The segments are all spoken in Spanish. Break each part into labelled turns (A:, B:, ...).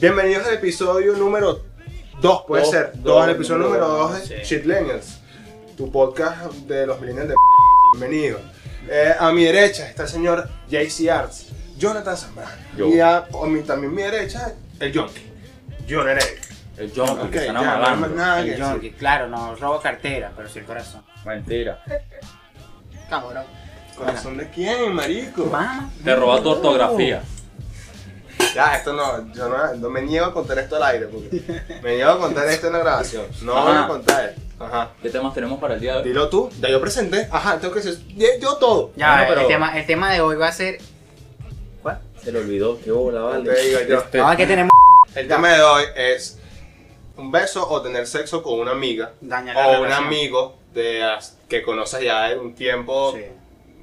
A: Bienvenidos al episodio número 2, puede
B: Dos,
A: ser.
B: dos,
A: 2, el episodio
B: número
A: número
B: dos,
A: 2 de
B: sí.
A: Shitlenials, tu podcast de los millennials de Bienvenido. Eh, a mi derecha está el señor JC Arts, Jonathan Zambrano.
C: Yo.
A: Y a, a mi, también a mi derecha, el Jonky, John Eric.
C: El John,
A: Ok,
C: que se
A: ya, no hay
C: llama
A: más nada que
D: El
A: decir.
D: Yorkie, claro, no robo cartera, pero sí el corazón.
C: Mentira.
D: Cabrón.
A: ¿Corazón de quién, marico?
D: Mamá.
C: Te roba tu ortografía.
A: Ya, esto no, yo no, no me niego a contar esto al aire, porque me niego a contar esto en la grabación. No
C: Ajá.
A: voy a contar esto. Ajá.
C: ¿Qué temas tenemos para el día de hoy?
A: Dilo tú, ya yo presenté. Ajá, tengo que ser yo- yo todo.
D: Ya,
C: Bueno,
D: el,
C: pero-
D: tema, el tema de hoy va a ser. ¿Cuál?
C: Se le olvidó, qué bola, vale.
A: Te digo yo.
C: Este,
D: Ah, que tenemos.
A: El tema de hoy es un beso o tener sexo con una amiga
D: Daña la
A: o un
D: relación.
A: amigo de as- que conoces ya de un tiempo
D: Sí.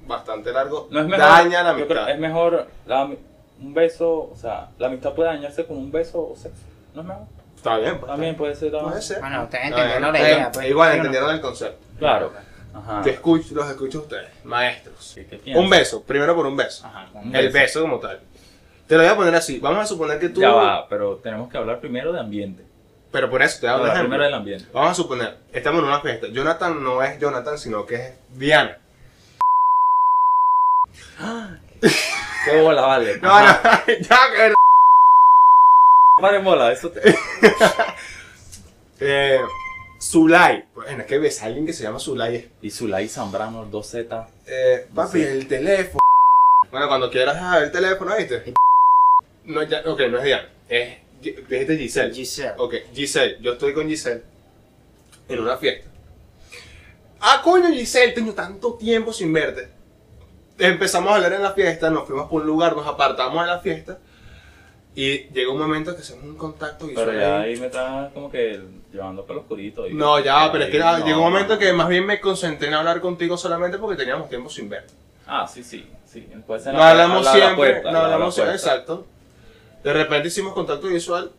A: bastante largo.
C: no es mejor,
A: daña la
C: yo creo-
A: amistad.
C: Es mejor la ami- un beso, o sea, la amistad puede dañarse con un beso o sexo. ¿No es mejor?
A: Está bien, pues.
C: También puede ser. la-
A: Puede ser.
D: Bueno, ustedes
A: Está bien.
D: entendieron la
A: Eh,
D: idea. pues.
A: Igual
D: ¿Sí o no?
A: entendieron el concepto.
C: Claro. Ajá.
A: Yo escucho, los escucho a ustedes, maestros.
C: Ah. ¿Qué- qué piensas? Ah,
A: Un beso, primero por un beso.
D: Ajá, con-
C: Un
A: El beso como tal. Te lo voy a poner así. Vamos a suponer que tú.
C: Ya va, pero tenemos que hablar primero de ambiente.
A: Pero por eso te hago un
C: Hablar
A: ejemplo.
C: primero del ambiente.
A: Vamos a suponer, estamos en una fiesta. Jonathan no es Jonathan, sino que es Diana.
C: Qué bola, vale.
A: No,
C: Ajá.
A: no, ya que.
C: Pare bola, eso te...
A: Eh, Zulay. Bueno, es que ves a alguien que se llama Zulay.
C: Y Zulay Zambrano, 2Z.
A: Eh, papi,
C: Sí.
A: el teléfono. Bueno, cuando quieras dejar el teléfono, ¿viste? No, ya, ok, no es Diana. Es. Gi- Dijiste Giselle.
D: Giselle.
A: Ok, Giselle. Yo estoy con Giselle en una fiesta. Ah, coño, Giselle, tengo tanto tiempo sin verte. Empezamos a hablar en la fiesta, nos fuimos por un lugar, nos apartamos de la fiesta. Y llegó un momento que hacemos un contacto visual.
C: Pero ya
A: ahí.
C: ahí me está como que llevando para los oscurito. y-
A: No, ya, pero es que era-
C: no.
A: llegó un momento que más bien me concentré en hablar contigo solamente porque teníamos tiempo sin verte.
C: Ah, sí, sí, sí. Puede ser
A: No
C: la-
A: hablamos
C: la- la
A: siempre,
C: puerta,
A: no
C: la- la
A: hablamos siempre,
C: puerta.
A: exacto. De repente hicimos contacto visual,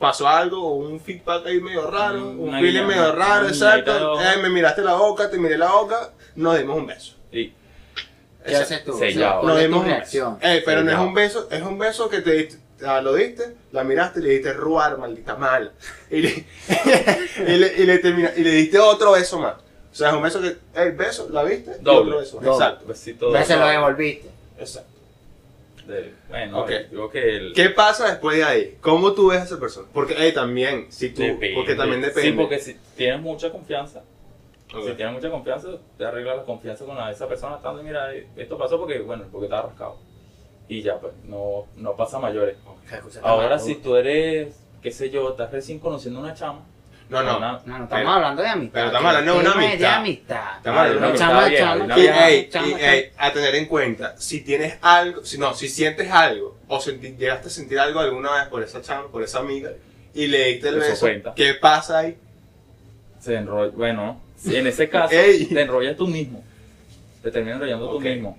A: pasó algo, un feedback ahí medio raro,
C: Mm,
A: un
C: una
A: feeling
C: guiña-
A: medio raro,
C: una
A: exacto.
C: guiñadita de
A: Eh, me miraste la boca, te miré la boca, nos dimos un beso.
C: Y
D: ¿Qué
A: Exacto.
D: haces tú?
C: Sellado.
D: ¿Cuál
A: Nos
D: es tu
A: dimos un
D: reacción?
A: beso. Eh, pero no es
C: Sellado.
A: un beso, es un beso que te diste- ah, lo diste, la miraste y le diste ruar, maldita mala. Y le, y le, y le termina- y le diste otro beso más. O sea, es un beso que, el beso, la viste, y
C: Doble.
A: otro beso.
D: Doble.
A: Exacto,
C: besito
D: Ya se lo
C: de,
D: devolviste.
A: exacto.
C: de- Bueno,
A: Ok.
C: digo que el...
A: ¿Qué pasa después de ahí? ¿Cómo tú ves a esa persona? Porque eh, también, si tú,
C: depende.
A: porque también depende.
C: Sí, porque si tienes mucha confianza,
A: Ok.
C: si tienes mucha confianza, te arreglas la confianza con la- esa persona estando, mira, eh, esto pasó porque, bueno, porque estaba rascado. Y ya, pues, no, no pasa a mayores. Ahora, si tú eres, qué sé yo, estás recién conociendo una chama.
A: No, no.
C: una-
D: No, no,
A: Pero-
D: estamos hablando de amistad.
A: pero estamos hablando de una
D: El tema es
A: amistad.
D: amistad.
A: Estamos hablando de una
C: amistad
D: Chama,
C: vieja,
D: chama,
C: una
A: Y,
C: vieja.
D: chama,
A: ey,
D: chama,
A: y,
D: chama.
A: ey, a tener en cuenta, si tienes algo, si no, si sientes algo, o senti- llegaste a sentir algo alguna vez por esa chama, por esa amiga, y le diste el
C: Eso
A: beso,
C: cuenta.
A: ¿qué pasa ahí?
C: Se enrolla, bueno, si en ese caso,
A: Ey.
C: te enrollas tú mismo. Te terminas enrollando
A: Ok.
C: tú mismo.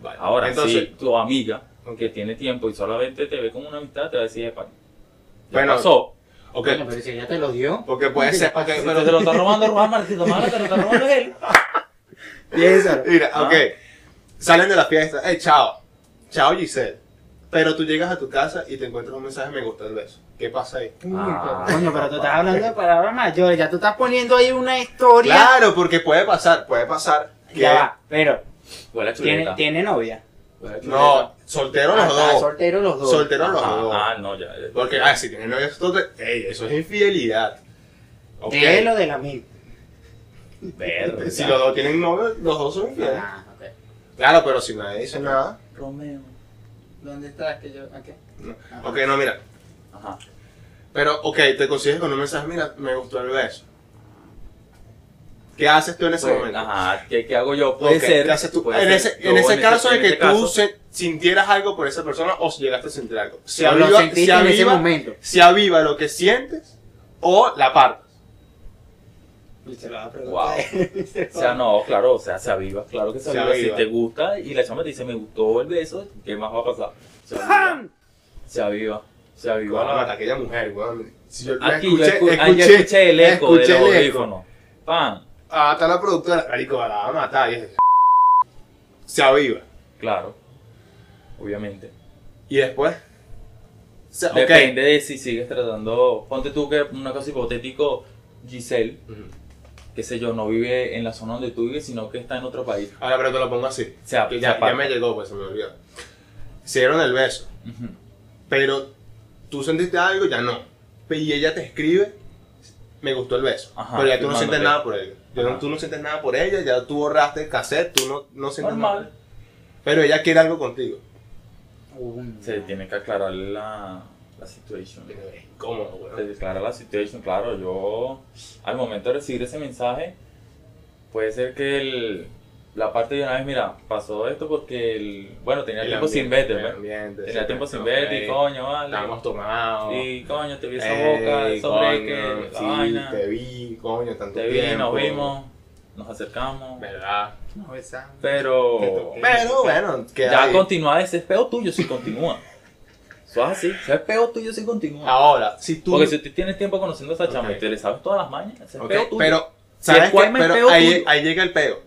A: Vale.
C: Ahora,
A: Entonces,
C: si tu amiga
A: Ok.
C: que tiene tiempo y solamente te ve como una amistad, te va a decir, epa, ya
A: Bueno,
C: pasó.
A: ok, Ah.
D: Coño, pero si ya te lo dio.
A: porque puede ser, ok,
C: Si
A: pero-
C: te lo está robando Juan Martito Mala, te lo está robando él.
D: Piénsalo.
A: Mira,
C: Ah.
A: ok. Salen de la fiesta. Eh, chao. Chao, Giselle. Pero tú llegas a tu casa y te encuentras un mensaje, me gusta el beso. ¿Qué pasa ahí?
C: Ah,
D: Coño, pero tú estás hablando de palabras mayores. Ya tú estás poniendo ahí una historia.
A: Claro, porque puede pasar, puede pasar. que-
D: Ya va, pero
C: Huele a
D: ¿tiene,
C: chuleta.
D: tiene novia.
C: Huele a chuleta.
A: No, solteros
D: Ah,
A: los
D: está,
A: dos.
D: Solteros los dos.
A: Solteros los
C: Ajá,
A: dos.
C: Ah, no, ya. ya.
A: Porque, ah, si tienen novia, eso, ey, eso es infidelidad. Ok.
D: De él o del amigo.
C: Verde,
A: Si
C: ya.
A: los dos tienen novio, los dos son infieles.
D: Ah, ok.
A: Claro, pero si nadie dice nada.
C: Romeo.
D: ¿Dónde estás? Que yo, ¿a qué?
A: no. Ok, no, mira.
C: Ajá.
A: Pero, ok, te consigues con un mensaje, mira, me gustó el beso. ¿Qué haces tú en ese
C: Pues,
A: momento?
C: Ajá, ¿qué, qué hago yo? Puede
A: Ok,
C: ser.
A: ¿qué haces tú?
C: puede
A: en
C: ser.
A: ese,
C: Yo
A: en ese caso
C: en
A: de que
C: ese
A: tú
C: caso,
A: se- sintieras algo por esa persona o si llegaste a sentir algo. Se
D: O lo
A: aviva,
D: sentiste
A: se
D: en ese
A: aviva-
D: momento.
A: se aviva lo que sientes o la partas. Ah,
C: Wow. O sea, no, claro, o sea, se aviva, claro que se
A: Se
C: aviva.
A: aviva.
C: Si te gusta y la chama te dice, me gustó el beso, ¿qué más va a pasar? Se aviva. Se aviva. Se aviva
A: Igual
C: la-
A: mata aquella mujer, weón. Si yo la
C: Aquí yo, escu- ah, yo escuché el eco
A: escuché
C: del
A: el eco.
C: audífono. Pan,
A: Ah, está la productora. Marico, la va a matar. Y es- se aviva.
C: claro. Obviamente.
A: Y después. O sea, ok.
C: Depende de si sigues tratando. Ponte tú que una cosa hipotético, Giselle,
A: Ujú.
C: qué sé yo, no vive en la zona donde tú vives, sino que está en otro país.
A: Ahora, pero te lo pongo así.
C: Se ap-
A: que
C: se
A: ya,
C: aparta.
A: ya me llegó, pues se me olvidó. Se dieron el beso.
C: Ujú.
A: Pero tú sentiste algo, ya no. Y ella te escribe, me gustó el beso.
C: Ajá,
A: pero ya tú no
C: firmándote.
A: sientes nada por ella. Ya no-
C: Ajá.
A: tú no sientes nada por ella, ya tú borraste el cassette, tú no, no sientes
C: Normal.
A: nada. Pero ella quiere algo contigo.
D: Uy,
C: Se tiene que aclarar la, la situación.
A: Pero es incómodo,
C: Se
A: weón.
C: declara Pues, la situación, claro, yo al momento de recibir ese mensaje, puede ser que el, la parte de una vez, mira, pasó esto porque, el, bueno, tenía
A: El
C: tiempo sin
A: ambiente,
C: verte,
A: el
C: pues.
A: ambiente,
C: tenía
A: sí,
C: tiempo
A: pues,
C: sin
A: no,
C: verte, y
A: ey,
C: coño, vale.
A: Estábamos tomados.
C: Y coño, te vi esa boca,
A: Ey,
C: el sobre
A: coño,
C: que la
A: sí,
C: vaina.
A: te vi, coño, tanto
C: Te vi, nos
A: tiempo.
C: vimos, nos acercamos,
A: ¿Verdad?
D: nos besamos.
C: pero
D: Te toqué.
A: Pero bueno, queda
C: ya
A: ahí.
C: continúa, ese es peo tuyo si continúa. Eso es así, ese es peo tuyo si continúa.
A: Ahora, si tú...
C: Porque si tú tienes tiempo conociendo a esa chama
A: Ok.
C: y te le sabes todas las mañas, ese es
A: Ok,
C: peo tuyo.
A: Pero,
C: Si el
A: ¿sabes qué?
C: cuaima es
A: Pero
C: peo
A: ahí,
C: tuyo.
A: ahí llega el peo.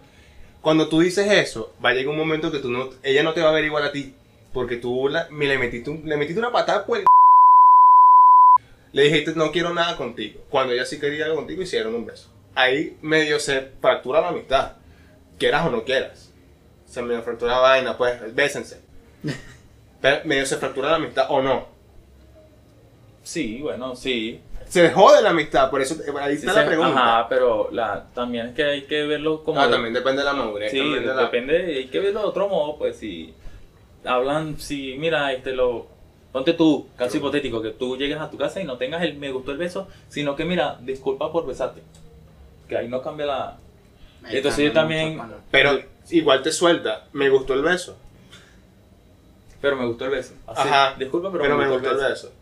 A: Cuando tú dices eso, va a llegar un momento que tú no, ella no te va a ver igual a ti. Porque tú la- me le, metiste un- le metiste una patada por el Le dijiste, no quiero nada contigo. Cuando ella sí quería algo contigo, hicieron un beso. Ahí medio se fractura la amistad. Quieras o no quieras. Se medio fractura la vaina, pues, bésense. Pero medio se fractura la amistad o no.
C: Sí, bueno, sí.
A: Se jode la amistad, por eso eh, ahí
C: Sí
A: está
C: se-
A: la pregunta.
C: Ajá, pero la, también es que hay que verlo como...
A: Ah,
C: de-
A: también depende de la madurez.
C: sí,
A: también de la-
C: depende, hay que verlo de otro modo, pues si hablan, si mira, este lo... Ponte tú, caso hipotético, que tú llegues a tu casa y no tengas el me gustó el beso, sino que mira, disculpa por besarte. Que ahí no cambia la...
D: Me
C: Entonces yo
D: encanta
C: también-
D: mucho cuando-
A: Pero igual te suelta. Me gustó el beso.
C: Pero me gustó el beso. Así,
A: Ajá.
C: Ah, Disculpa, pero,
A: Pero, me gustó el beso.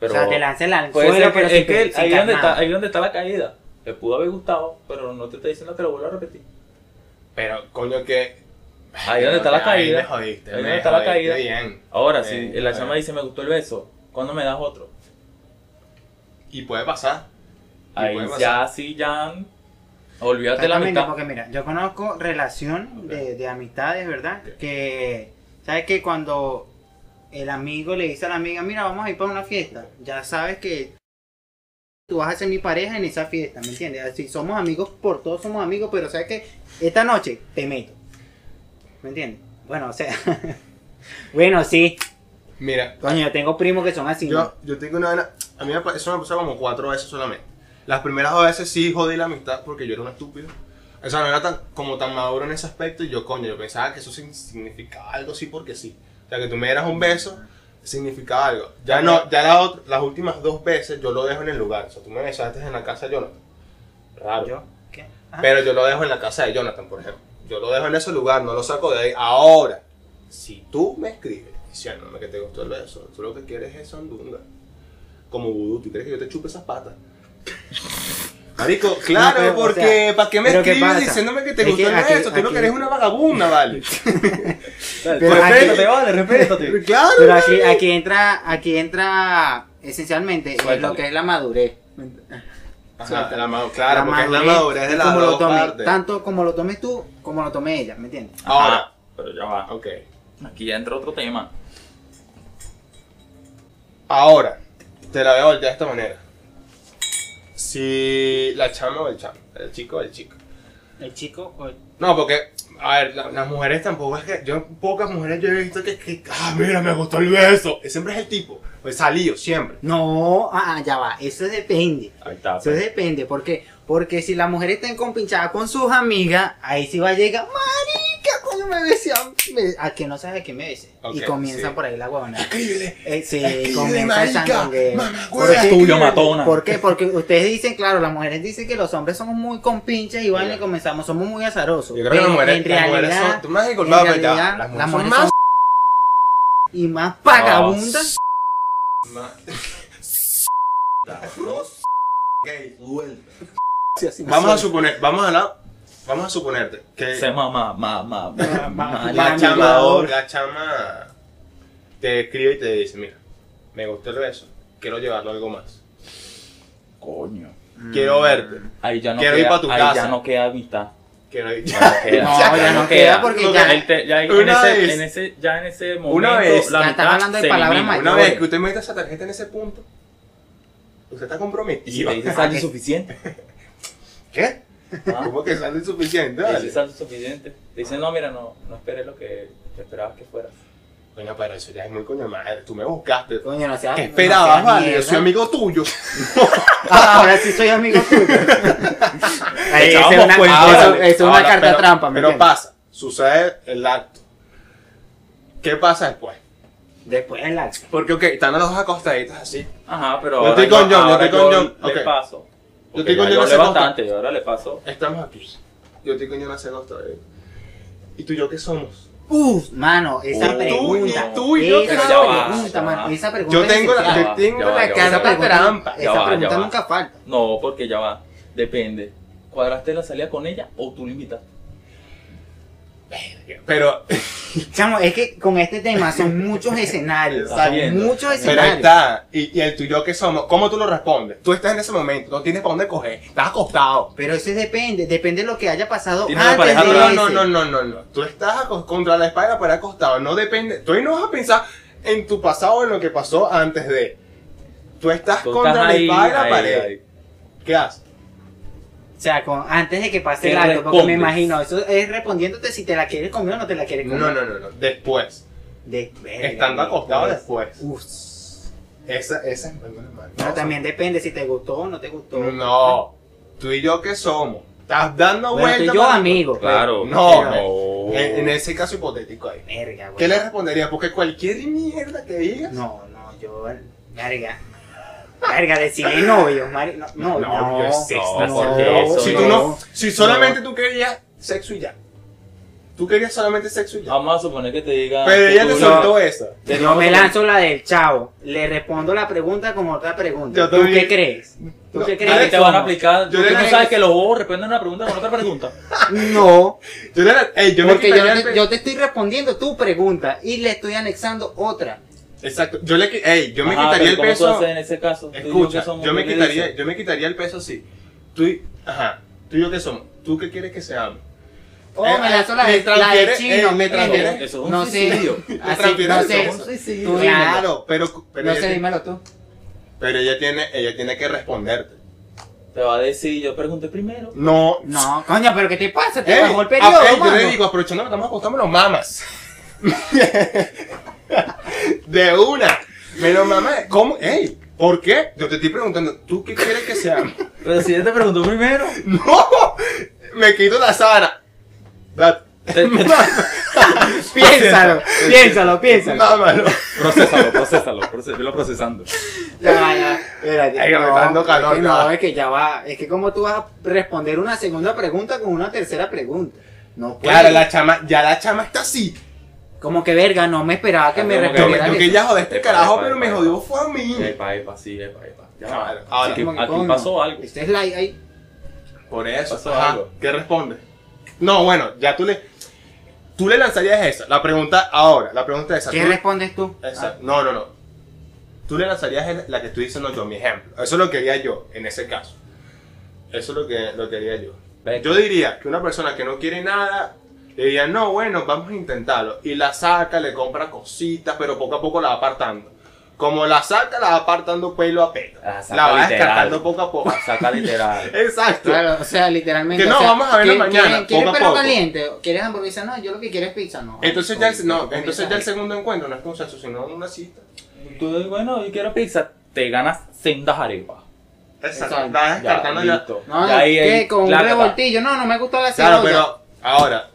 C: Pero,
D: o sea, te lanza el
C: puede ser
D: anzuelo,
C: que-
D: pero sin-
C: es que
D: sin
C: ahí donde,
D: carnada.
C: está, ahí donde está la caída. Te pudo haber gustado, pero no te está diciendo que lo vuelva a repetir.
A: Pero coño que.
C: Ahí donde está la caída.
A: me jodiste,
C: Ahí
A: me
C: donde está la
A: jodiste
C: caída.
A: bien.
C: Ahora,
A: Eh,
C: si la
A: bueno.
C: chama dice me gustó el beso, ¿cuándo me das otro?
A: Y puede pasar. Y
C: Ahí
A: puede pasar.
C: ya sí, ya. Olvídate de la
D: Exactamente,
C: mitad.
D: porque mira, yo conozco relación
A: Ok.
D: de, de amistades, ¿verdad?
A: Ok.
D: Que, ¿sabes que Cuando el amigo le dice a la amiga, mira, vamos a ir para una fiesta, ya sabes que tú vas a ser mi pareja en esa fiesta, ¿me entiendes? Así somos amigos, por todos somos amigos, pero ¿sabes que Esta noche te meto, ¿me entiendes? Bueno, o sea, bueno, sí,
A: Mira,
D: coño, yo tengo primos que son así.
A: yo, yo tengo una vaina- A mí me pa- eso me pasó como cuatro veces solamente. Las primeras dos veces sí jodí la amistad porque yo era un estúpido. O sea, no era tan, como tan maduro en ese aspecto. Y yo, coño, yo pensaba que eso sin- significaba algo sí porque sí. O sea, que tú me dieras un beso significaba algo. Ya no, ya la otra- las últimas dos veces yo lo dejo en el lugar. O sea, tú me besaste en la casa de Jonathan. Raro.
D: ¿no? Yo, ¿qué? Ajá.
A: Pero yo lo dejo en la casa de Jonathan, por ejemplo. Yo lo dejo en ese lugar, no lo saco de ahí. Ahora, si tú me escribes diciéndome que te gustó el beso, tú lo que quieres es sandunga. Como vudú, ¿tú crees que yo te chupe esas patas? Marico, claro,
D: No, pero, o
A: porque
D: sea,
A: ¿para qué me
D: pero ¿qué
A: escribes
D: pasa?
A: diciéndome que te
D: Es que
A: gustó el
D: aquí-
A: beso? Tú lo
D: aquí-
A: que eres es una vagabunda, ¿vale?
D: Pero
A: Respétate, aquí-
C: vale, respétate.
A: claro.
D: Ah. Pero aquí, aquí entra, aquí entra esencialmente eh,
C: Suéltale.
D: lo que es la madurez.
A: Ajá, la ma- claro, porque es la madurez de las
D: como lo
A: dos
D: tome-
A: partes.
D: Tanto como lo tomes tú, como lo tome ella, ¿me entiendes?
A: Ahora,
C: Pero ya va.
A: ok.
C: Aquí ya entra otro tema.
A: Ahora, te la veo volteada de esta manera. Si la chama o el chamo, el chico o el chico.
D: El chico
A: No, porque, a ver, la- las mujeres tampoco es que. Yo, pocas mujeres yo he visto que, que, Ah, mira, me gustó el beso. Siempre es el tipo. Pues salido, siempre.
D: No, ah, ah, ya va, eso depende.
C: Ahí está.
D: Eso depende, ¿por qué? Porque si la mujer está encompinchada con sus amigas, ahí sí va a llegar, marica, coño me besé a, me- a que no sabe que me besé. y
A: Ok,
D: comienza
A: sí.
D: por ahí la huevona.
A: Escríbele.
D: Eh, sí,
A: Escríbele,
D: comienza el
A: marica,
D: sandungueo.
A: mamá,
D: ¿Por
A: hueva.
D: qué?
C: Tuyo, matona.
D: ¿Por qué? Porque ustedes dicen, claro, las mujeres dicen que los hombres somos muy compinches y van y
A: Mira.
D: comenzamos, somos muy azarosos.
A: Yo creo que las
D: Pero
A: mujeres.
D: en
A: las mujeres
D: realidad,
A: son. Tú me has
D: en
A: disculpado, pero ya, Las
D: realidad, las
A: mujeres Oh, son
D: mujeres
A: más.
D: son y más vagabundas.
A: gay. Vamos a suponer, vamos a hablar. Vamos a suponerte que.
C: Se mama, mama,
D: Ma-
C: mama.
D: ma-
A: La
D: Mami,
A: chama,
D: por favor.
A: la chama te escribe y te dice, mira, me gustó el beso, quiero llevarlo a algo más.
C: coño.
D: Mm.
A: Quiero verte.
C: Ahí ya no
A: Quiero ir
C: queda,
A: pa' tu
C: ahí
A: casa.
C: ya no queda amistad.
A: Quiero ir.
C: Ya no queda.
D: No, ya no queda porque
A: No,
D: ya,
C: Él te- ya en,
A: Una
C: ese,
A: vez.
C: en ese- ya en ese momento
A: Una vez.
C: la
D: Ya estás
C: mitad
D: hablando de
C: se
D: palabras
C: elimina.
A: Una
D: mayores.
A: vez que usted meta esa tarjeta en ese punto, usted está
C: Y si
A: comprometido.
C: te dice sal insuficiente.
A: ¿Qué?
C: ¿ah?
A: ¿Cómo que sale insuficiente?
C: Te dice
A: Dale.
C: sal insuficiente. Te dice, no, mira, no, no esperé lo que te esperabas que fuera.
A: Coño, pero eso ya es muy coño madre. Tú me buscaste.
D: Coño, no seas-
A: ¿Qué
D: no
A: esperabas,
D: seas
A: vale? Yo
D: mierda.
A: soy amigo tuyo.
D: Ah, ahora sí soy amigo tuyo. Ahí, esa es
A: Echábamos
D: una,
A: cuenta,
D: eso-
A: Ah, vale.
D: eso es una
A: Ahora,
D: carta
A: pero-
D: trampa, ¿me
A: Pero
D: entiendes?
A: pasa, sucede el acto. ¿Qué pasa después?
D: Después el acto.
A: Porque, ok, están los dos acostaditos así.
C: Ajá, pero
A: Yo
C: ahora
A: estoy con John, yo
C: ahora
A: estoy con John.
C: le
A: Ok.
C: paso. Porque
A: estoy con
C: ya
A: John,
C: yo
A: no
C: le
A: sé cómo
C: bastante, yo ahora le paso.
A: Estamos aquí. Yo estoy coño hace dos todavía. ¿Y tú y yo qué somos?
D: Uf, mano, esa
C: Uy,
D: pregunta.
A: tú y yo que
D: esa
A: ya va,
D: pregunta,
C: ya
D: mano,
C: va.
D: esa pregunta.
A: Yo tengo la,
D: necesita-
C: ya
A: yo
C: va,
A: tengo
C: ya va,
A: la
C: ya va,
A: carta
D: Esa pregunta, Eh,
A: trampa.
D: esa
C: Ya va,
D: pregunta
C: ya va.
D: nunca falta.
C: No, porque ya va. Depende. ¿Cuadraste la salida con ella o tú la invitaste?
A: Pero,
D: Chamo, es que con este tema son muchos escenarios.
A: Está
D: son
C: viendo.
D: muchos
A: pero ahí
D: escenarios.
A: está. Y, y el tú y yo qué somos. ¿Cómo tú lo respondes? Tú estás en ese momento, no tienes para dónde coger, estás acostado.
D: Pero eso depende, depende de lo que haya pasado
C: Tiene una
D: antes
C: pareja,
D: de
C: pero
A: No,
D: ese.
A: no, no, no, no, no. Tú estás acos- contra la espalda para acostado. No depende. Tú ahí no vas a pensar en tu pasado, en lo que pasó antes de. Tú estás
C: Tú
A: contra
C: estás
A: la
C: ahí,
A: espalda
C: ahí,
A: pared.
C: ahí.
A: ¿Qué haces?
D: O sea, con, antes de que pase
C: ¿Qué
D: el acto, porque me
C: respondes?
D: imagino, eso es respondiéndote si te la quieres comer o no te la quieres
A: No,
D: comer.
A: no, no, no. Después.
D: Después.
A: Estando acostado después.
D: Uf.
A: Esa, esa es buena, hermano.
D: Pero también depende si te gustó o no te gustó.
A: No. Tú y yo qué somos. Estás dando
D: Bueno,
A: vueltas.
D: tú y yo
A: para-
D: amigo.
C: Claro.
A: No,
C: no.
A: En, en ese caso hipotético ahí.
D: Verga, güey.
A: ¿Qué le respondería? Porque cualquier mierda que digas.
D: No, no, yo. Verga. Verga, decirle novio. mari- No, no, no.
A: yo sé,
C: no,
A: porque
C: no,
A: si
C: no.
A: tú no, si solamente tú querías sexo y ya. Tú querías solamente sexo y ya.
C: Vamos a suponer que te diga.
A: Pero
C: que
A: ella
C: Ah, tú
A: te
C: la-
A: soltó esa.
C: te-
D: Yo
C: vamos a
D: me
C: suponer-
D: lanzo la del chavo. Le respondo la pregunta con otra pregunta.
A: Yo
D: ¿Tú
A: también.
D: qué crees? ¿Tú
A: No,
D: qué
A: a
D: crees?
A: ver,
C: Ahí
D: que
C: te van a
D: somos?
C: aplicar.
A: Yo
C: Tú
A: le-
C: no sabes que los bobos responden una pregunta con otra pregunta.
D: No,
A: Yo le era, ey, yo me
D: porque yo,
A: quitaría
D: no
A: el
D: te,
A: pe-
D: yo te estoy respondiendo tu pregunta y le estoy anexando otra.
A: Exacto. Yo le qui- ey, yo me
C: Ajá,
A: quitaría
C: pero
A: el
C: ¿cómo tú
A: peso.
C: haces en ese caso? Tú y yo que
A: Escucha,
C: somos,
A: yo me
C: ¿qué le
A: quitaría,
C: dices?
A: yo me quitaría el peso así. Tú y, ajá, tú y yo qué somos. ¿Tú qué quieres que seamos?
D: Oh,
A: Eh,
D: me lanzó la,
A: me
D: de- la de
A: transfiere- eh,
D: chino.
A: me
D: ¿entiendes?
A: transfiere-
C: Eso es un
D: no sé.
C: suicidio.
D: Así,
A: transfiere-
D: no
A: eso es
D: sé.
A: un
D: Tú dímelo.
A: Claro, pero, pero,
D: no
A: ella,
D: sé,
A: tiene,
D: dímelo tú.
A: pero ella tiene, ella tiene que responderte.
C: Te va a decir, yo pregunté primero.
A: No,
D: No, coño, pero ¿qué te pasa? Te
A: Ey,
D: bajó el
A: ah, ey,
D: periodo,
A: yo le
D: mano.
A: digo, aprovechando que estamos acostados, me lo mamas. de una. Me lo mamas. ¿Cómo? Ey, ¿por qué? Yo te estoy preguntando, ¿tú qué quieres que seamos?
C: Pero si ella te preguntó primero.
A: ¡No! Me quito la sábana. Da-
D: Piénsalo, piénsalo, piénsalo.
A: Mámalo.
C: procésalo, procésalo, procé- velo procesando.
D: Ya va, ya. Espérate.
A: Ay, que me está dando calor,
D: es que
A: ya
D: no,
A: va.
D: es que ya va. Es que como tú vas a responder una segunda pregunta con una tercera pregunta. No puedes.
A: Claro, la chama, ya la chama está así.
D: Como que verga, no me esperaba que
C: Ah,
D: me
C: como que-
A: Yo, me-
D: respondieran
A: yo
D: eso.
A: que ya jodé este
C: Epa,
A: carajo,
C: epa,
A: pero me
C: epa,
A: jodió
C: epa.
A: fue a mí.
C: Epa, epa, sí, epa, epa. Ya va.
A: Claro, ahora,
C: Aquí-
D: Como que,
C: aquí
D: coño,
C: pasó algo.
D: Este es la, ahí.
A: Por eso.
C: Pasó
A: ajá.
C: algo.
A: ¿Qué responde? No, bueno, ya tú le. Tú le lanzarías esa. La pregunta ahora. La pregunta es esa.
D: ¿Qué
A: Tú-
D: respondes tú?
A: esa- Ah. No, no, no. Tú le lanzarías el- la que estoy diciendo yo, mi ejemplo. Eso es lo que haría yo en ese caso. Eso es lo que, lo que haría yo.
C: Ven.
A: Yo diría que una persona que no quiere nada, le diría, no, bueno, vamos a intentarlo. Y la saca, le compra cositas, pero poco a poco la va apartando. Como la saca, la va apartando pelo a pelo.
C: Ah, saca
A: la va
C: literal.
A: descartando poco a poco.
C: Saca literal.
A: Exacto.
D: Ah, Claro, o sea, literalmente.
A: Que no,
D: o sea,
A: vamos a verlo
D: ¿qué-
A: mañana,
D: ¿Quieres, quieres
A: poco a
D: perro
A: poco.
D: caliente? ¿Quieres hamburguesa? No, yo lo que quiero es pizza. No.
A: Entonces ya, el, no,
D: Comienza
A: entonces ya el
D: ahí.
A: segundo encuentro no es consenso, sino una cita.
C: Tú dices, bueno, yo quiero pizza. Te ganas sendas arepas.
A: Exacto.
D: Exacto.
A: La vas
C: Ya,
A: descartando ya.
C: listo.
D: No,
C: Ya ahí,
D: ¿qué?
C: ahí,
D: Con un
C: claro,
D: revoltillo. No, no me gusta la
A: Claro,
D: cebolla.
A: pero ahora,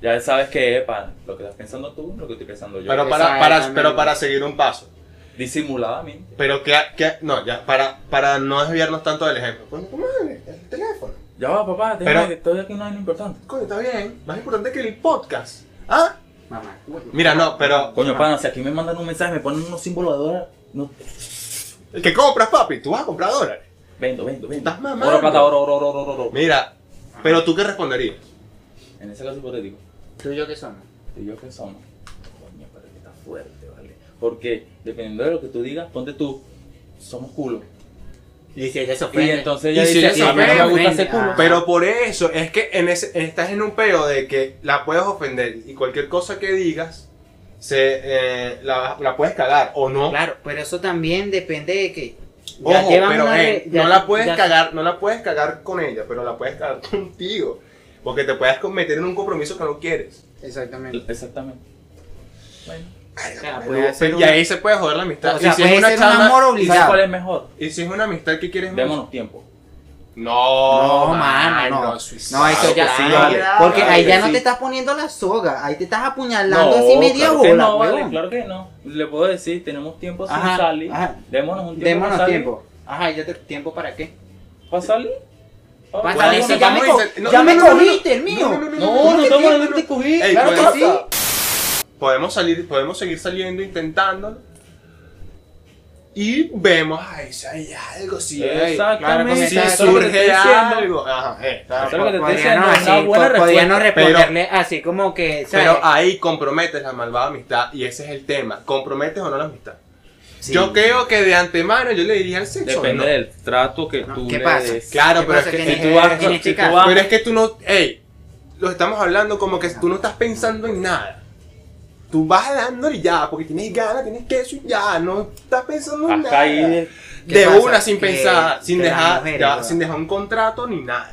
C: Ya sabes que, epa, lo que estás pensando tú, lo que estoy pensando yo.
A: pero para,
D: Exactamente.
A: para, pero para seguir un paso.
C: Disimuladamente.
A: Pero que, que no, ya, para, para no desviarnos tanto del ejemplo. Coño, tu madre, el teléfono.
C: Ya va, papá, te
A: Pero-
C: que estoy aquí no es importante.
A: Coño, está bien. Más importante que el podcast. ¿Ah?
D: Mamá, coño.
A: Mira, no, pero.
C: Coño, pana, si aquí me mandan un mensaje, me ponen unos símbolos de dólar, no,
A: El que compras, papi, tú vas a comprar dólares.
C: vendo, vendo, vendo.
A: Estás mamando.
C: Oro, plata, oro, oro, oro, oro, oro.
A: Mira, pero tú qué responderías.
C: En ese caso hipotético,
D: ¿Tú y yo qué somos?
C: tú y yo que somos, coño, pero que está fuerte, ¿vale? Porque dependiendo de lo que tú digas, ponte tú, somos culo.
D: Y si ella se
C: Y
D: ofende.
C: entonces
A: Y
C: ella
A: si
C: dice,
A: ella se
C: a mí no me
D: ofende,
C: gusta ese culo.
D: ah.
A: Pero por eso es que en ese- estás en un peo de que la puedes ofender y cualquier cosa que digas se, eh, la, la puedes cagar o no.
D: Claro, pero eso también depende de que. ya
A: Ojo,
D: llevan
A: pero
D: una
A: eh,
D: re- ya-
A: no la puedes
D: ya-
A: cagar, no la puedes cagar con ella, pero la puedes cagar contigo. Porque te puedes meter en un compromiso que no quieres.
D: Exactamente.
C: Exactamente. Bueno.
A: Ay,
D: O sea,
A: pero-
D: puede ser
A: y
D: una-
A: ahí se puede joder la amistad.
D: O sea,
A: y si
D: puede
A: es una
D: ser un
A: chama-
D: amor
A: y si-
C: ¿Sabes
D: obligado.
C: cuál es mejor?
A: Y si es una amistad que quieres
C: Démonos tiempo.
A: No,
D: No, mano, no. No,
A: suicidio.
D: eso ya
C: que
D: sí,
C: sí,
D: vale.
C: claro,
D: Porque
C: claro
D: ahí
C: que
D: ya no
C: sí.
D: te estás poniendo la soga, ahí te estás apuñalando
C: No,
D: así media
C: claro que
D: bola.
C: no, vale,
D: huevón.
C: claro que no. Le puedo decir, tenemos tiempo sin
D: Ajá,
C: salir.
D: ajá.
C: Démonos un tiempo. para
D: Démonos
C: salir.
D: tiempo. Ajá, ¿y yo te tiempo para qué?
C: ¿Para salir? Ah,
D: Para
C: bueno,
D: salir,
C: no,
D: si
C: no,
D: ya
C: no,
D: me,
A: no,
D: co-
A: no,
D: ya
A: no,
D: me
A: no, no,
D: cogiste el mío.
A: no, no, no,
C: No, no estamos hablando de cogí.
A: Ey,
D: pues,
C: Claro
A: ¿puedes-
C: que sí.
A: podemos salir, podemos seguir saliendo intentándolo. Y vemos, ay, si hay algo, si hay-
C: Exactamente.
A: si
D: Claro,
C: Eso es lo que
A: surge
C: te estoy diciendo.
A: algo. Ajá, eh, claro.
C: Eso es lo que te estoy
D: Podría
C: diciendo,
D: no,
C: una
D: así,
C: buena
D: po- podría no
C: respuesta.
D: responderle así como que, ¿sabes?
A: Pero ah, ahí comprometes la malvada amistad y ese es el tema. ¿Comprometes o no la amistad?
D: Sí.
A: Yo creo que de antemano yo le diría al sexo.
C: Depende
A: ¿no?
C: del trato que
D: No,
C: tú
D: ¿qué
C: le
D: pasa?
C: des.
A: Claro,
D: ¿Qué
A: pero es
D: pasa?
A: que,
D: en,
A: si tú
D: este-
A: vas-
D: en este
C: si tú
D: caso,
C: vas-
A: Pero es que tú no, ey, lo estamos hablando como que tú no estás pensando en nada. Tú vas dándole y ya, porque tienes ganas, tienes queso y ya, no estás pensando en
C: Hasta
A: nada.
C: ahí de-
D: ¿Qué
A: de
D: pasa?
A: una sin
D: Que-
A: pensar, sin
D: que las
A: dejar,
D: mujeres,
A: ya,
D: ¿verdad?
A: sin dejar un contrato ni nada.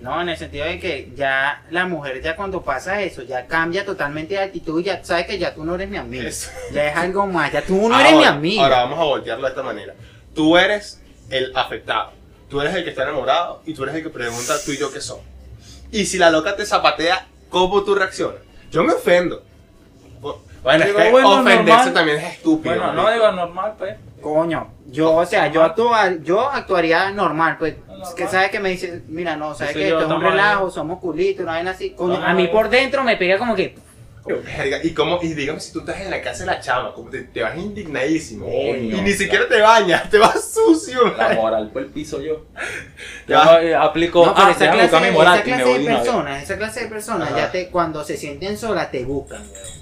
D: No, en el sentido de que ya la mujer ya cuando pasa eso, ya cambia totalmente de actitud y ya sabes que ya tú no eres mi amigo.
A: Eso.
D: Ya es algo más, ya tú no
A: Ah, Ahora,
D: eres mi amigo.
A: Ahora vamos a voltearlo de esta manera. Tú eres el afectado, tú eres el que está enamorado y tú eres el que pregunta tú y yo qué somos. Y si la loca te zapatea, ¿cómo tú reaccionas? Yo me ofendo. Bueno, es
C: Digo,
A: que
C: bueno,
A: ofenderse
C: normal.
A: también es estúpido.
C: Bueno,
A: marico.
C: no digo normal, pues.
D: Coño, yo, o sea, yo, actua- yo actuaría normal, pues,
C: Normal.
D: que sabes que me dices, mira, no, sabes
C: Eso
D: que
C: yo,
D: esto es un
C: tamaño.
D: relajo, somos culitos, una vaina así, coño, a mí
C: Tamaño.
D: por dentro me pega como que,
A: Verga, y cómo, y dígame si tú estás en la casa de la chama, como te, te vas indignadísimo.
C: Coño,
A: y ni
C: claro.
A: siquiera te bañas, te vas sucio.
C: La
A: man.
C: moral por el piso yo.
A: Ya.
C: Yo eh, aplico.
D: no, pero
C: ah,
D: esa
C: déjame
D: clase,
C: buscar mi
D: esa
C: moral y me
D: clase
C: voy
D: de
C: de una vez.
D: personas, esa clase de personas,
A: Ajá.
D: ya te, cuando se sienten solas, te buscan, weón.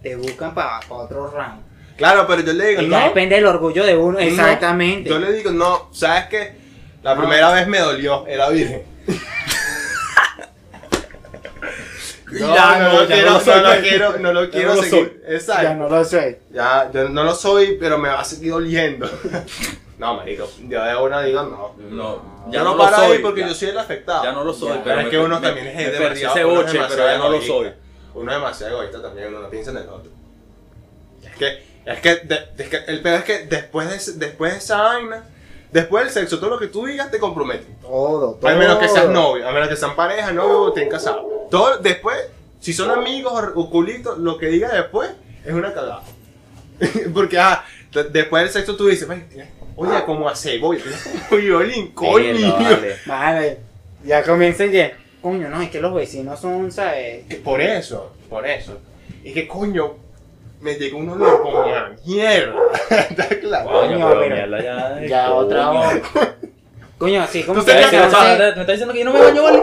D: te buscan para otro round.
A: Claro, pero yo le digo,
D: Y
A: no.
D: ya depende del orgullo de uno,
A: no.
D: exactamente.
A: Yo le digo, no, ¿sabes qué? La
D: No.
A: primera vez me dolió, era virgen. Y
D: No,
A: ya, no,
D: no,
A: lo
D: ya
A: quiero, no,
D: no lo soy.
A: lo quiero, no lo quiero
D: lo
A: seguir. Exacto. Ya,
D: no lo sé.
A: yo no lo soy, pero me va a seguir doliendo. no, marico, yo de una digo, no.
C: No,
A: Ya no, para ahí porque yo soy el afectado.
C: Ya no lo soy,
D: Ya.
A: Pero es
C: me-
A: que uno
C: me-
A: también
C: me
A: es
C: perdí
A: demasiado,
C: ese
A: uno es
C: boche, pero
A: demasiado
C: ya no lo
A: egoísta.
C: soy.
A: Uno es demasiado egoísta también, uno no piensa en el otro. Es que, es que, de- es que el peor es que después de, ese- después de esa vaina, después del sexo, todo lo que tú digas te compromete.
D: Todo, todo.
A: Al menos que seas novio, al menos que sean pareja, novio o estén casados. Todo, después, si son amigos o, o culitos, lo que digas después es una cagada. Porque, ah, de- después del sexo tú dices, "Ay, tienes- oye, como a cebolla, tienes como violín, coño.
C: Mierda, Ah. vale.
D: Vale, ya comienza ya. Coño, no, es que los vecinos son, ¿sabes?
A: Que Por eso, por eso. Y que coño, me llegó un olor como a mierda. Está claro.
C: Coño,
D: Coño,
C: pero
D: pero-
C: mierda, ya.
D: Ya
C: coño.
D: otra hora. Coño, así como
A: Tú tenías
C: ¿Sabes
A: que
C: qué,
A: no sé.
C: chaval? ¿Me estás diciendo que yo no me baño, vale?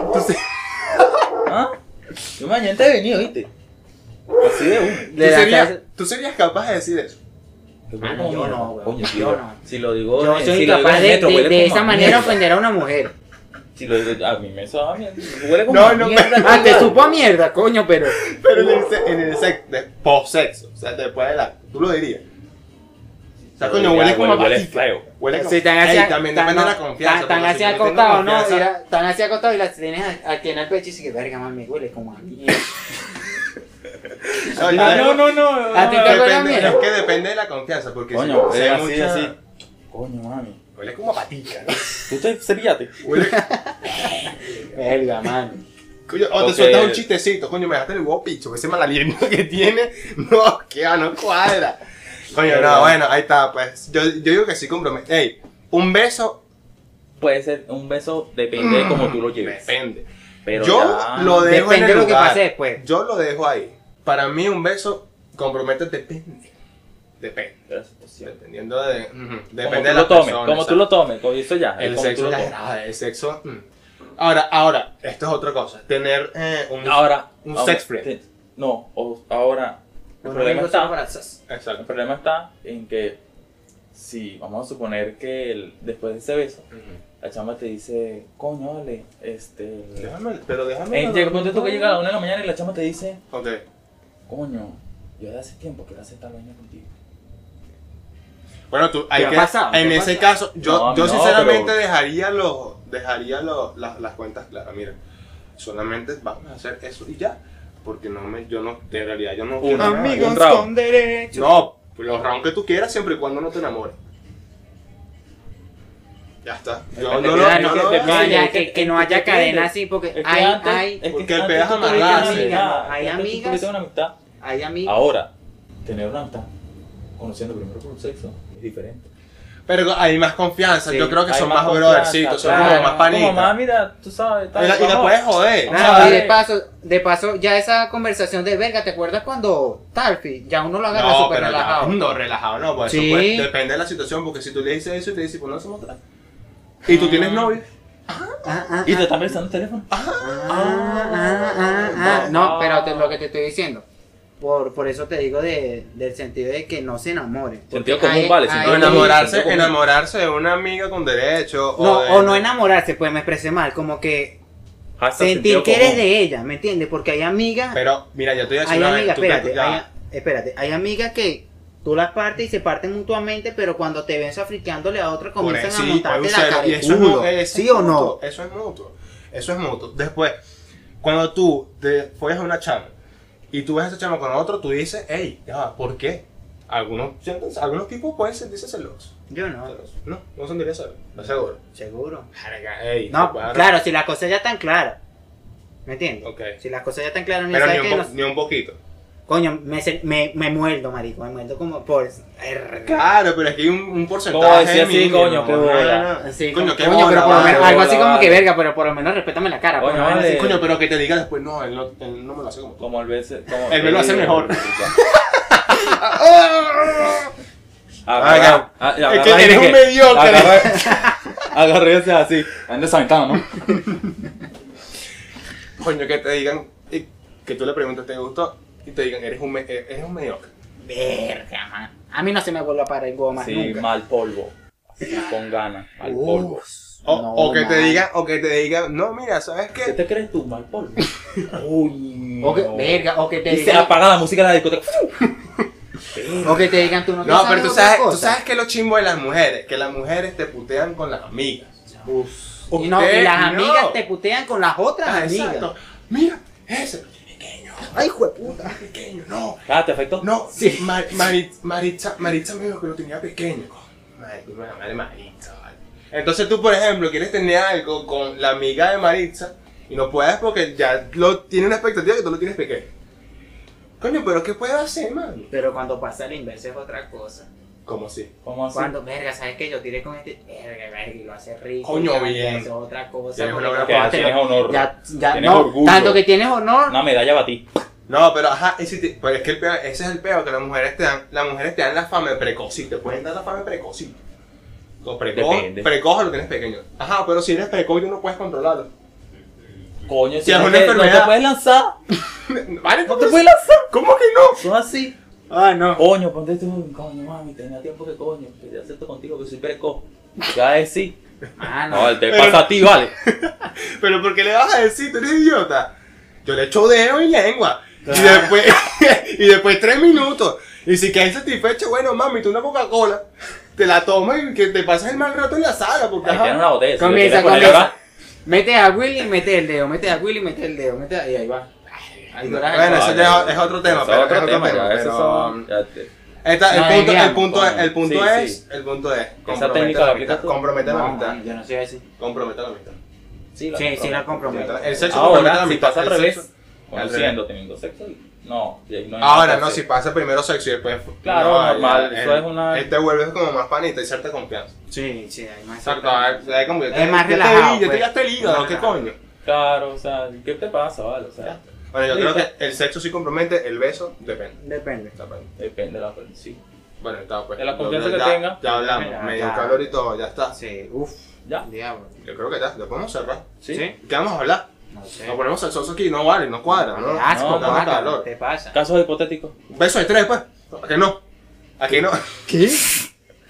C: ¿Ah? Yo mañana te he venido, ¿viste? Así de uno.
A: ¿Tú serías, tú serías capaz de decir eso.
D: Ah, no, yo no, güey.
C: Coño, si
D: Yo
C: lo-
D: no.
C: Si lo digo,
D: Yo
C: eh,
D: soy
C: si lo digo
D: incapaz
C: en
D: de,
C: metro,
D: de-
C: huele
D: de
C: como
D: esa
C: a
D: manera
C: mierda.
D: ofender a una mujer.
C: Si lo digo, a mí me sabe a mierda. Huele como
A: No,
C: a
A: no,
C: mierda.
D: Ah, te supo a mierda, coño, pero.
A: Pero en el, se- en el sexo, post-sexo, o sea, después del acto, tú lo dirías. O sea, coño, huele como a
C: Huele
A: patica.
C: feo.
A: Huele como-
D: Si están
A: Ey,
D: así,
A: también
D: tan-
A: depende de la
D: no,
A: confianza.
D: tan- tan
A: porque
D: así
A: si yo tengo
D: acostado, ¿no?
A: confianza-
D: Mira, Tan así acostado y las tienes a- aquí en el pecho y dices, verga, mami, huele como a mierda.
A: No, yo-
D: Ah, no, no,
C: no.
D: A ti te huele a
A: Depende, es
D: mierda.
A: que depende de la confianza, porque
C: Coño,
A: si
C: es
A: hay
C: así,
A: mucha-
C: así. Coño, mami.
A: Huele como a patica, ¿no?
C: Tú te cepillate.
A: Huele,
D: Verga, mano.
A: Coño, o
C: Porque-
A: te sueltas un chistecito, coño, me dejaste el huevo picho, ese malaliento que tiene, no, que va, no cuadra. Coño, no, bueno, ahí está, pues, yo, yo digo que sí comprometo. Ey, un beso,
C: Puede ser un beso, depende de cómo tú lo lleves.
A: depende.
C: Pero
A: yo
C: ya-
A: lo dejo
D: Depende
A: en el
D: de lo que
A: lugar.
D: pase después.
A: Yo lo dejo ahí. Para mí un beso compromete depende. Depende.
C: Pero eso es posible.
A: Dependiendo de, ujú,
C: Como
A: depende
C: tú
A: de
C: lo
A: la
C: tomes,
A: persona,
C: como tú lo tomes, como eso ya. es
A: El
C: como tú
A: sexo
C: lo
A: ya es
C: tomes.
A: grave, el sexo. mm. Ahora, ahora, esto es otra cosa. Tener eh, un.
C: Ahora,
A: Un
C: ahora,
A: sex friend.
C: te- No, o- ahora. El
D: Los
C: problema
D: amigos son
C: está.
D: abrazos.
A: Exacto.
C: El problema está en que si vamos a suponer que el- después de ese beso, la chama te dice, coño, vale, este...
A: Déjame, pero déjame.
C: Eh, llega, ponte tú que llega a la una de la mañana y la chama te dice,
A: Ok.
C: coño, yo desde hace tiempo quiero hacer tal vaina contigo.
A: Bueno, tú, hay
D: ha
A: que,
D: pasado?
A: en
D: ¿Te ha
A: ese caso, yo,
C: No,
A: yo
C: no,
A: sinceramente
C: pero-
A: dejaría, los, dejaría los, las, las cuentas claras. Mira, solamente vamos a hacer eso y ya. Porque no me, yo no, de realidad, yo no.
C: Un
A: quiero nada.
C: amigo. un trago.
D: derecho.
A: No, los rounds que tú quieras siempre y cuando no te enamores. Ya está. Yo
C: Depende
A: no lo.
C: de la
A: yo
C: edad,
A: no
C: ¿no?
A: lo-
C: Depende.
D: No, ya,
C: es
D: que,
C: que-
D: que no
C: es que
D: haya
C: depende.
D: cadena así, porque
C: Es que
D: hay,
C: antes-
D: hay,
C: es que
A: Porque el
C: antes
A: pedazo
C: tú tuviste
A: amarrarse.
C: una amistad,
D: Hay
C: antes tú
D: amigas.
C: tuviste una amistad.
D: hay amigos.
C: Ahora, tener una amistad conociendo primero por un sexo es diferente.
A: Pero hay más confianza.
D: Sí,
A: yo creo que
C: Hay
A: son más
C: confianza,
A: brothercitos, son
C: claro.
A: como más panitas.
C: Como más, mira, tú sabes. tal,
A: y la, y la
C: vamos.
A: puedes joder.
C: Vamos
D: Claro,
C: a
D: y
C: ver.
D: de paso, de paso, ya esa conversación de verga, ¿te acuerdas cuando Tarfi? Ya uno lo agarra
A: No,
D: súper
A: pero relajado.
D: relajado.
C: Mm.
A: no, relajado no, pues
D: Sí.
A: eso pues, depende de la situación, porque si tú le dices eso y te dice, pues no somos tres. Y tú
D: Mm.
A: tienes novio.
D: Ah, ah,
C: Y te están revisando el teléfono.
D: ah, ah, ah, ah. No, pero te- lo que te estoy diciendo. Por, por eso te digo de, del sentido de que no se enamore.
C: Sentido
D: Porque
C: común,
D: hay-
C: vale,
D: hay-
C: sentido
A: O
C: común.
A: enamorarse,
C: sí, sí.
A: enamorarse de una amiga con derecho.
D: No,
A: de-
D: o no enamorarse, pues me expresé mal. Como que
C: Hashtag
D: sentir
C: sentido
D: que eres
C: común.
D: de ella, ¿me entiendes? Porque hay amigas.
A: Pero, mira, yo te voy a decir
D: hay
A: una vez,
D: amigas,
A: tú que-
D: espérate,
A: ya.
D: hay, espérate, hay amigas que tú las partes y se parten mutuamente, pero cuando te ven safriqueándole a otra
A: Por
D: comienzan
A: sí,
D: a montarte
A: Eusebio,
D: la cara.
A: y
D: de
A: eso es
D: culo.
A: mu- eh, eso
D: ¿Sí
A: es
D: o no?
A: mutuo, Eso es mutuo. Eso es mutuo. Después, cuando tú te fueras a una chama y tú ves a esa chama con otro, tú dices, hey, ya va, ¿por qué? Algunos, sienten- algunos tipos pueden sentirse celosos.
D: Yo no,
A: Celosos. No, no sentiría celos, lo seguro.
D: seguro.
A: Verga, ey,
D: No,
A: bueno.
D: claro, si las cosas ya están claras. ¿Me entiendes?
A: Ok.
D: Si las cosas ya están claras, no
A: Pero ni
D: sabes
A: un,
D: que
A: po-
D: no-
A: ni un poquito.
D: Coño, me, se- me, me muerdo, marico. Me muerdo como por. Erga.
A: Claro, pero es que hay un, un porcentaje.
C: Como decía, sí,
A: mínimo.
C: coño, qué bola.
A: No, no, no.
D: Sí,
A: coño,
D: como-
A: qué bola,
D: pero por lo
A: vale,
D: menos,
C: bola,
D: algo así como
C: vale.
D: que verga, pero por lo menos respétame la cara.
C: Coño,
D: por lo menos
C: vale.
D: así.
A: Coño, pero que te diga después, no, él no, él no me lo hace como tú.
C: Como el veces. Como
A: Él me lo hace mejor.
C: Agarra,
A: Acá.
C: a-
A: Ah, Es que
C: agarra y
A: eres un
C: que-
A: mediocre.
C: Agarra, agarra y hace así. Anda desaventado, ¿no?
A: Coño, que te digan, y que tú le preguntes, ¿te gustó? Y te digan, eres un, me- eh, eres un mediocre.
D: Verga, man. A mí no se me vuelve a parar el huevo más
C: Sí,
D: nunca.
C: mal polvo. Así, con ganas. Mal
D: Uf,
C: polvo.
A: O,
D: no,
A: o que te
D: man.
A: digan, o que te digan, no, mira, ¿sabes
C: ¿Qué
A: qué?
C: te crees tú, mal polvo? Uy.
D: O que,
C: no.
D: verga, o que te
C: Y se
D: digan,
C: apaga la música de la discoteca.
D: o que te digan tú no te
A: No, pero tú
D: otra
A: sabes, tú
D: cosa.
A: sabes que lo chimbo de las mujeres, que las mujeres te putean con las amigas.
D: Y, no,
A: Usted
D: y las
A: no.
D: amigas te putean con las otras
A: Ah,
D: amigas.
A: exacto. Mira, ese pequeño,
D: Ay, jueputa.
A: pequeño, no.
C: Ah, ¿te afectó?
A: No,
D: Sí.
A: Mar- Marit- Maritza, Maritza me dijo que lo tenía pequeño. Madre, madre, madre Maritza, vale. Entonces tú, por ejemplo, quieres tener algo con la amiga de Maritza y no puedes porque ya lo, tiene una expectativa que tú lo tienes pequeño. Coño, pero ¿qué puedo hacer, man?
D: Pero cuando pasa el inverso es otra cosa.
A: ¿Cómo así?
C: ¿Cómo así?
D: Cuando, verga, ¿sabes que Yo tiré con este, verga, verga, y lo hace rico.
A: Coño,
D: ya,
A: bien.
D: Eso es otra cosa.
A: Tienes
D: porque
A: una gran
C: Que
D: cuando te-
C: tienes honor.
D: Ya, ya,
C: Tienes
D: no,
C: orgullo.
D: tanto que tienes honor.
C: Una medalla para ti.
A: No, pero ajá, y si te- pero es que el peo- ese es el peor que las mujeres te dan, las mujeres te dan la fama de precoz y te pueden dar la fama de precoz. y- O precoz,
C: Depende.
A: precoz o lo tienes pequeño. Ajá, pero si eres precoz tú no puedes controlarlo.
C: Coño,
A: Si es
C: no
A: una
C: te- No
A: enfermedad.
C: te puedes lanzar.
A: Vale,
C: No te puedes lanzar.
A: ¿Cómo que no?
C: Son así.
D: Ah, no.
C: Coño, ponte tú. Coño, mami, tenía tiempo que coño. Quería hacer esto contigo que soy precoz. Ya es sí. No,
D: Mano.
C: el te
A: Pero-
C: pasa a ti, vale.
A: Pero ¿por qué le vas a decir? Tú eres idiota. Yo le echo dedo y lengua. Y,
D: Claro.
A: después, y después tres minutos. Y si quedas satisfecho, bueno, mami, tú una Coca-Cola. Te la tomas y que te pasas el mal rato en la sala. Porque,
C: Ahí
A: ajá.
C: tiene una botella. Si le
D: Comienza,
C: quieres poner
D: comienza.
C: ahora,
D: Mete a Willy, mete el dedo. Mete a Willy, mete el dedo. Mete a- Y ahí va. Ahí
A: No,
D: dura-
A: bueno, eso
C: Ay,
A: ya
C: no.
A: es, es otro tema.
C: Eso
A: pero
C: es otro tema, ya,
A: pero,
C: esos son- ya te-
A: Esta-
D: No,
A: el, punto, el
D: digamos,
A: punto es, el punto
C: sí,
A: es,
C: sí.
A: el punto es,
C: técnica
A: compromete
C: la
A: la
C: aplicas
A: mitad,
C: tú.
A: compromete la
D: No,
A: mitad,
D: man, yo no soy así.
A: compromete la mitad.
C: Sí, la
D: Sí, sí, la comprometo.
A: El sexo compromete la
C: Ahora, si
A: mitad.
C: pasa al
A: el
C: revés,
A: sexo-
C: conociendo, teniendo sexo, no. y ahí no hay
A: Ahora
C: nada que
A: no, si
C: hacer.
A: pasa primero sexo y después.
C: Claro,
A: no, ya,
C: normal, eso
A: el-
C: es una-
A: Este vuelves como más panita y cierta confianza.
D: Sí, sí, hay más.
A: Exacto, a ver, se ve como yo te-
D: Es más
A: yo te vi,
D: relajado,
A: Yo te
D: pues.
A: ya te
D: Más
A: hígado, ¿qué
D: relajado.
A: coño?
C: Claro, o sea, ¿qué te pasa, vale? O sea,
A: Bueno, yo
C: Sí,
A: creo
C: está.
A: que el sexo sí compromete, el beso depende.
D: Depende.
A: Está bien.
C: depende de la persona. Sí.
A: Bueno, está pues.
C: De la
A: Yo
C: confianza
A: creo
C: que
A: ya-
C: tenga.
A: Ya hablamos,
D: Ya,
A: medio
D: ya.
A: calor y todo, ya está.
D: Sí, uff,
C: ¿Ya?
D: diablo.
A: Yo creo que ya, lo podemos cerrar.
C: ¿Sí?
D: Sí.
A: ¿Qué vamos a hablar?
D: No sé.
A: Nos ponemos sexosos aquí, no vale, no cuadra, ¿no?
D: Asco,
C: No,
A: no,
D: guácala,
A: calor.
D: te pasa?
C: Casos hipotéticos.
A: Un beso de tres, pues. ¿A qué no? ¿A qué no?
D: ¿Qué?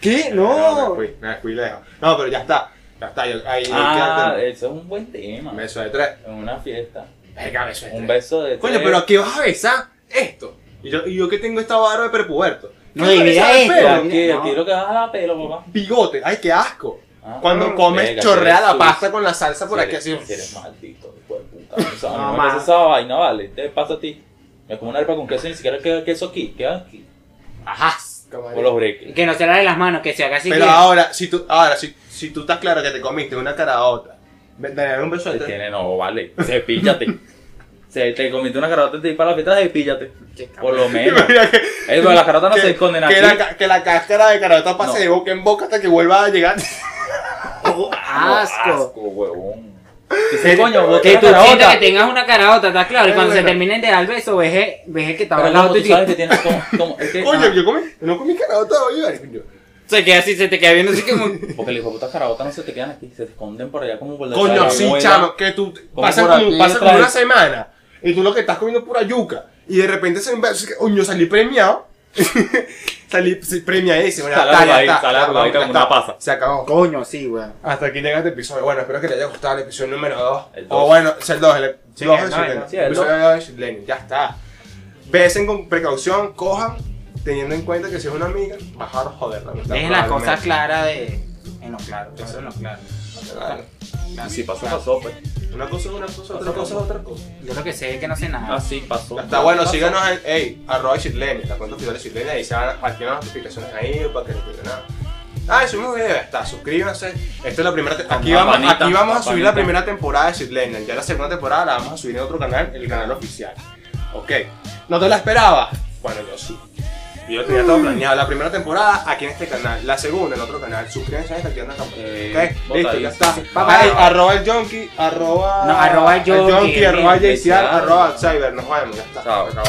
D: ¿Qué?
A: No,
D: No.
A: me fui, me fui lejos. No, pero ya está. Ya está, yo- ahí
C: Ah,
A: quédate.
C: eso es un buen tema.
A: Un beso de tres.
C: En una fiesta.
D: pues.
A: Venga, beso de
C: Un
A: tres.
C: beso de
A: Coño,
C: tres.
A: pero ¿a qué vas a besar esto? Y yo, y yo que tengo esta barba de prepuberto.
D: No,
A: ¿Qué
D: y
A: vas a
D: mira
A: besar el
D: esto.
A: pelo?
C: Aquí,
D: No.
C: aquí lo que vas a dar pelo, papá.
A: Bigote, ay, qué asco.
C: Ah.
A: Cuando comes,
C: Venga,
A: chorrea
C: eres
A: la
C: sucio.
A: pasta con la salsa por
C: Si
A: aquí
C: eres-
A: así.
C: si eres maldito, hijo de puta. O sea,
D: No,
C: no, me
D: ma.
C: haces esa vaina, vale. Te pasa a ti. Me como una arepa con queso y ni siquiera queda queso aquí. Queda aquí.
A: Ajá.
C: O los breques.
D: Que no se lave las manos, que se haga así.
A: Pero
D: que-
A: ahora, si tú, ahora si, si tú estás claro que te comiste una caraota, ve- dale un beso este? de
C: Te
A: tres.
C: tiene, no, vale. Cepíllate. Se te comiste una carota y te para la fiesta, cepíllate.
D: Qué cabrón.
C: Por lo menos.
A: Mira que-
C: Eh, pero las carotas no se esconden aquí.
A: que la, ca- que la cáscara de carota pase
C: No.
A: de boca en boca hasta que vuelva a llegar.
D: Oh,
C: No,
D: asco.
C: Asco, huevón. Dice, coño, boté
D: Que
C: la
D: tú sientas
C: carota.
D: que tengas una caraota, está claro. Y
A: Es
D: cuando se
A: verdad.
D: terminen de dar beso, veje, veje que estaba
C: Pero
D: al lado
C: como tú
D: tuyo.
C: sabes que tienes como, como, es que,
A: Oye,
C: ah,
A: yo comí, no comí carota hoy, vale, coño.
D: Se queda así, se te queda viendo así como.
C: porque las putas carabotas no se te quedan aquí, se te esconden por allá como por detrás de
A: Coño,
C: la
A: sí,
C: abuela.
A: chamo, que tú
C: Como
A: pasas
C: por
A: como,
C: aquí,
A: pasa
C: otra
A: como una
C: vez.
A: semana y tú lo que estás comiendo es pura yuca y de repente se me es que, coño, salí premiado. salí premiadísimo.
C: Está largo ahí, está largo ahí, como una pasa.
A: Se acabó.
D: Coño, sí, weón.
A: Hasta aquí llega este episodio. Bueno, espero que te haya gustado el episodio número 2.
C: El dos.
A: O bueno, es el 2, el
D: Sí,
A: 2
D: el
A: de
D: dos, el
A: Shirley.
D: dos.
C: Sí, el
A: Episodio dos de Shirley. Ya está. Besen con precaución, cojan, teniendo en cuenta que si es una amiga, vas a joderla.
D: Dejen las cosas claras de. En lo claro, claro, en lo claro.
A: claras.
C: Así pasó, pasó, pues.
A: Una cosa es una cosa, otra cosa es otra cosa.
D: Yo lo que sé es que no sé nada.
C: Así pasó.
A: Está bueno, síganos en hey, arroba Shitlane, la cuenta oficial de Shitlane, y se van a activar las notificaciones ahí para que no pierdan nada. Ah, subimos video, está, suscríbanse. Esta es la primera te-
C: Con
A: aquí vamos,
C: campanita,
A: aquí vamos a subir la
C: campanita.
A: primera temporada de Shitlane, ya la segunda temporada la vamos a subir en otro canal, el canal oficial. Ok, ¿no te la esperaba? Bueno, yo sí. Yo tenía
D: Mm.
A: todo planeado, la primera temporada aquí en este canal, la segunda en otro canal, suscríbanse y activen la campanita.
C: Eh,
A: Ok, listo,
C: botadísimo.
A: ya está.
D: Bye,
A: Ay,
D: bye.
A: arroba el junkie, arroba...
D: No, arroba el junkie, el
A: arroba
D: mío.
A: JCR, arroba cyber, nos vemos, ya está.
C: Chao, chao.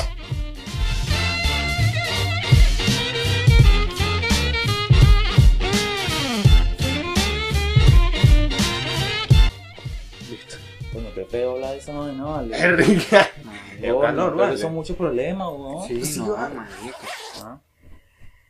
A: Listo.
C: Coño, qué feo hablar de esa vaina, vale.
A: Es rica.
C: Huevón,
A: calor,
C: pero
A: vale.
C: Son muchos problemas, weón.
D: Sí,
A: Sí,
D: no,
A: vale.
D: marico.
C: Ah.